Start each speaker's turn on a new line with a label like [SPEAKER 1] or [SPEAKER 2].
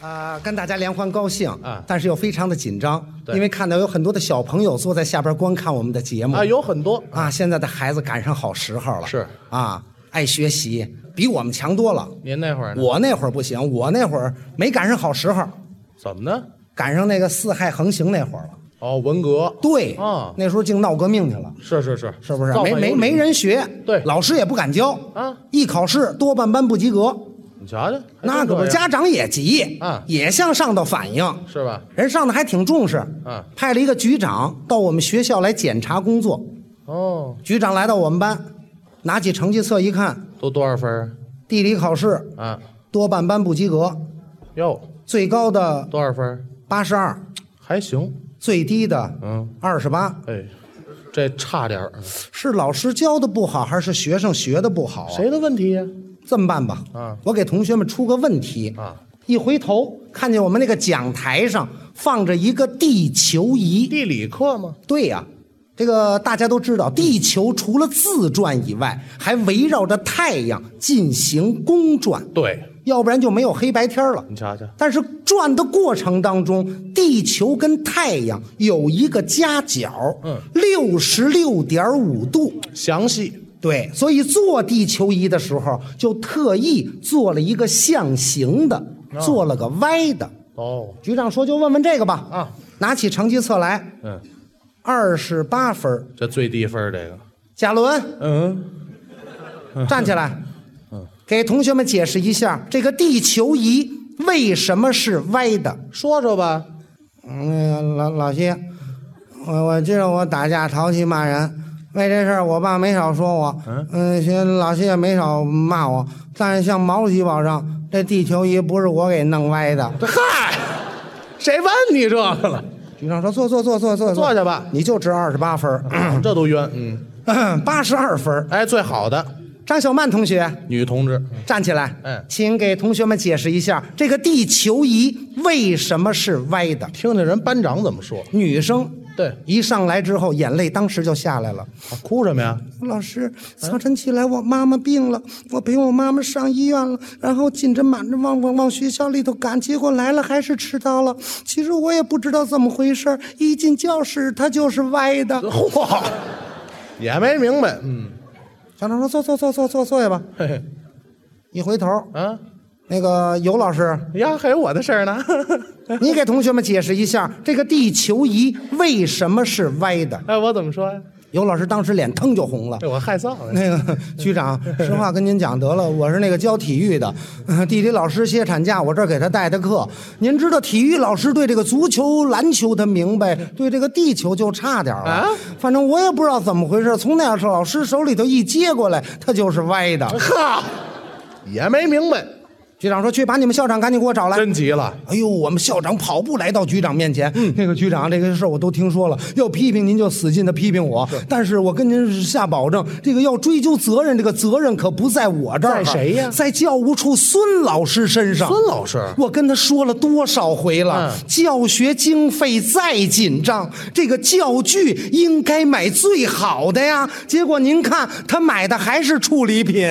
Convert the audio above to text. [SPEAKER 1] 啊，跟大家联欢高兴
[SPEAKER 2] 啊
[SPEAKER 1] 但是又非常的紧张，
[SPEAKER 2] 对
[SPEAKER 1] 因为看到有很多的小朋友坐在下边观看我们的节目
[SPEAKER 2] 啊，有很多
[SPEAKER 1] 啊，现在的孩子赶上好时候了，
[SPEAKER 2] 是
[SPEAKER 1] 啊，爱学习，比我们强多了。
[SPEAKER 2] 您那会儿呢
[SPEAKER 1] 我那会儿不行，我那会儿没赶上好时候，
[SPEAKER 2] 怎么呢？
[SPEAKER 1] 赶上那个四害横行那会儿了。
[SPEAKER 2] 哦，文革
[SPEAKER 1] 对，
[SPEAKER 2] 啊
[SPEAKER 1] 那时候竟闹革命去了，
[SPEAKER 2] 是是是，
[SPEAKER 1] 是不是？
[SPEAKER 2] 造
[SPEAKER 1] 没
[SPEAKER 2] 反
[SPEAKER 1] 没
[SPEAKER 2] 有理
[SPEAKER 1] 没人学，
[SPEAKER 2] 对
[SPEAKER 1] 老师也不敢教
[SPEAKER 2] 啊
[SPEAKER 1] 一考试多半班不及格，
[SPEAKER 2] 你瞧瞧，
[SPEAKER 1] 那可不，
[SPEAKER 2] 是
[SPEAKER 1] 家长也急
[SPEAKER 2] 啊
[SPEAKER 1] 也向上头反映，
[SPEAKER 2] 是吧？
[SPEAKER 1] 人上头还挺重视
[SPEAKER 2] 啊
[SPEAKER 1] 派了一个局长到我们学校来检查工作。
[SPEAKER 2] 哦，
[SPEAKER 1] 局长来到我们班，拿起成绩册一看，
[SPEAKER 2] 都多少分儿
[SPEAKER 1] 地理考试
[SPEAKER 2] 啊？啊，
[SPEAKER 1] 多半班不及格，
[SPEAKER 2] 哟，
[SPEAKER 1] 最高的
[SPEAKER 2] 多少分儿？
[SPEAKER 1] 八十二，
[SPEAKER 2] 还行，
[SPEAKER 1] 最低的
[SPEAKER 2] 嗯，
[SPEAKER 1] 二十八，
[SPEAKER 2] 哎，这差点儿，
[SPEAKER 1] 是老师教的不好，还是学生学的不好啊？
[SPEAKER 2] 谁的问题呀？
[SPEAKER 1] 这么办吧，
[SPEAKER 2] 啊
[SPEAKER 1] 我给同学们出个问题
[SPEAKER 2] 啊，
[SPEAKER 1] 一回头看见我们那个讲台上放着一个地球仪，
[SPEAKER 2] 地理课吗？
[SPEAKER 1] 对呀、这个大家都知道，地球除了自转以外，还围绕着太阳进行公转，
[SPEAKER 2] 对，
[SPEAKER 1] 要不然就没有黑白天了。
[SPEAKER 2] 你瞧瞧，
[SPEAKER 1] 但是转的过程当中，地球跟太阳有一个夹角，
[SPEAKER 2] 嗯，
[SPEAKER 1] 六十六点五度。
[SPEAKER 2] 详细
[SPEAKER 1] 对，所以做地球仪的时候，就特意做了一个象形的，
[SPEAKER 2] 啊
[SPEAKER 1] 做了个歪的。
[SPEAKER 2] 哦，
[SPEAKER 1] 局长说：“就问问这个吧。”
[SPEAKER 2] 啊，
[SPEAKER 1] 拿起成绩册来，
[SPEAKER 2] 嗯，
[SPEAKER 1] 二十八分儿。
[SPEAKER 2] 这最低分儿这个，
[SPEAKER 1] 贾伦
[SPEAKER 2] 嗯，
[SPEAKER 1] 站起来，给同学们解释一下这个地球仪为什么是歪的。
[SPEAKER 2] 说说吧，
[SPEAKER 1] 嗯，老老西，我我知道我打架淘气骂人，为这事儿我爸没少说我，
[SPEAKER 2] 嗯
[SPEAKER 1] 嗯，学老西也没少骂我。但是向毛主席保证，这地球仪不是我给弄歪的。
[SPEAKER 2] 嗨，谁问你这个了？
[SPEAKER 1] 局长说坐坐坐坐坐
[SPEAKER 2] 坐下 吧
[SPEAKER 1] 你就值二十八分儿，
[SPEAKER 2] 这都冤，嗯，
[SPEAKER 1] 八十二分儿。
[SPEAKER 2] 哎，最好的
[SPEAKER 1] 张小曼同学
[SPEAKER 2] 女同志，
[SPEAKER 1] 站起来，
[SPEAKER 2] 嗯
[SPEAKER 1] 请给同学们解释一下这个地球仪为什么是歪的。
[SPEAKER 2] 听听人班长怎么说，
[SPEAKER 1] 女生
[SPEAKER 2] 对，
[SPEAKER 1] 一上来之后，眼泪当时就下来了。
[SPEAKER 2] 啊哭什么呀？
[SPEAKER 1] 老师，早晨起来我妈妈病了，我陪我妈妈上医院了，然后紧着满着往往往学校里头赶，结果来了还是迟到了。其实我也不知道怎么回事儿，一进教室它就是歪的。
[SPEAKER 2] 嚯，也没明白，嗯，
[SPEAKER 1] 校长说坐坐坐坐坐坐下吧。
[SPEAKER 2] 嘿嘿，
[SPEAKER 1] 一回头，
[SPEAKER 2] 啊，
[SPEAKER 1] 那个尤老师，
[SPEAKER 2] 呀，还有我的事儿呢，
[SPEAKER 1] 你给同学们解释一下这个地球仪为什么是歪的？
[SPEAKER 2] 哎，我怎么说呀？
[SPEAKER 1] 尤老师当时脸腾就红了
[SPEAKER 2] 哎，。我害臊了。
[SPEAKER 1] 那个局长，实话跟您讲得了，我是那个教体育的， 呃地理老师歇产假，我这儿给他带的课。您知道，体育老师对这个足球、篮球他明白，对这个地球就差点儿了。
[SPEAKER 2] 啊
[SPEAKER 1] 反正我也不知道怎么回事，从那老师手里头一接过来，他就是歪的。
[SPEAKER 2] 哈，也没明白，
[SPEAKER 1] 局长说：“去把你们校长赶紧给我找来。”
[SPEAKER 2] 真急了。
[SPEAKER 1] 哎呦，我们校长跑步来到局长面前，嗯，那个局长这个事儿我都听说了，要批评您就死劲的批评我，但是我跟您下保证，这个要追究责任，这个责任可不在我这儿，啊
[SPEAKER 2] 在谁呀
[SPEAKER 1] 在教务处孙老师身上。
[SPEAKER 2] 孙老师
[SPEAKER 1] 我跟他说了多少回了，
[SPEAKER 2] 嗯
[SPEAKER 1] 教学经费再紧张，这个教具应该买最好的呀。结果您看，他买的还是处理品。